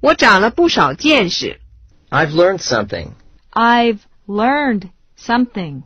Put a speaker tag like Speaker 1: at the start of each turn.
Speaker 1: 我长了不少见识。
Speaker 2: I've learned something.
Speaker 3: I've learned something.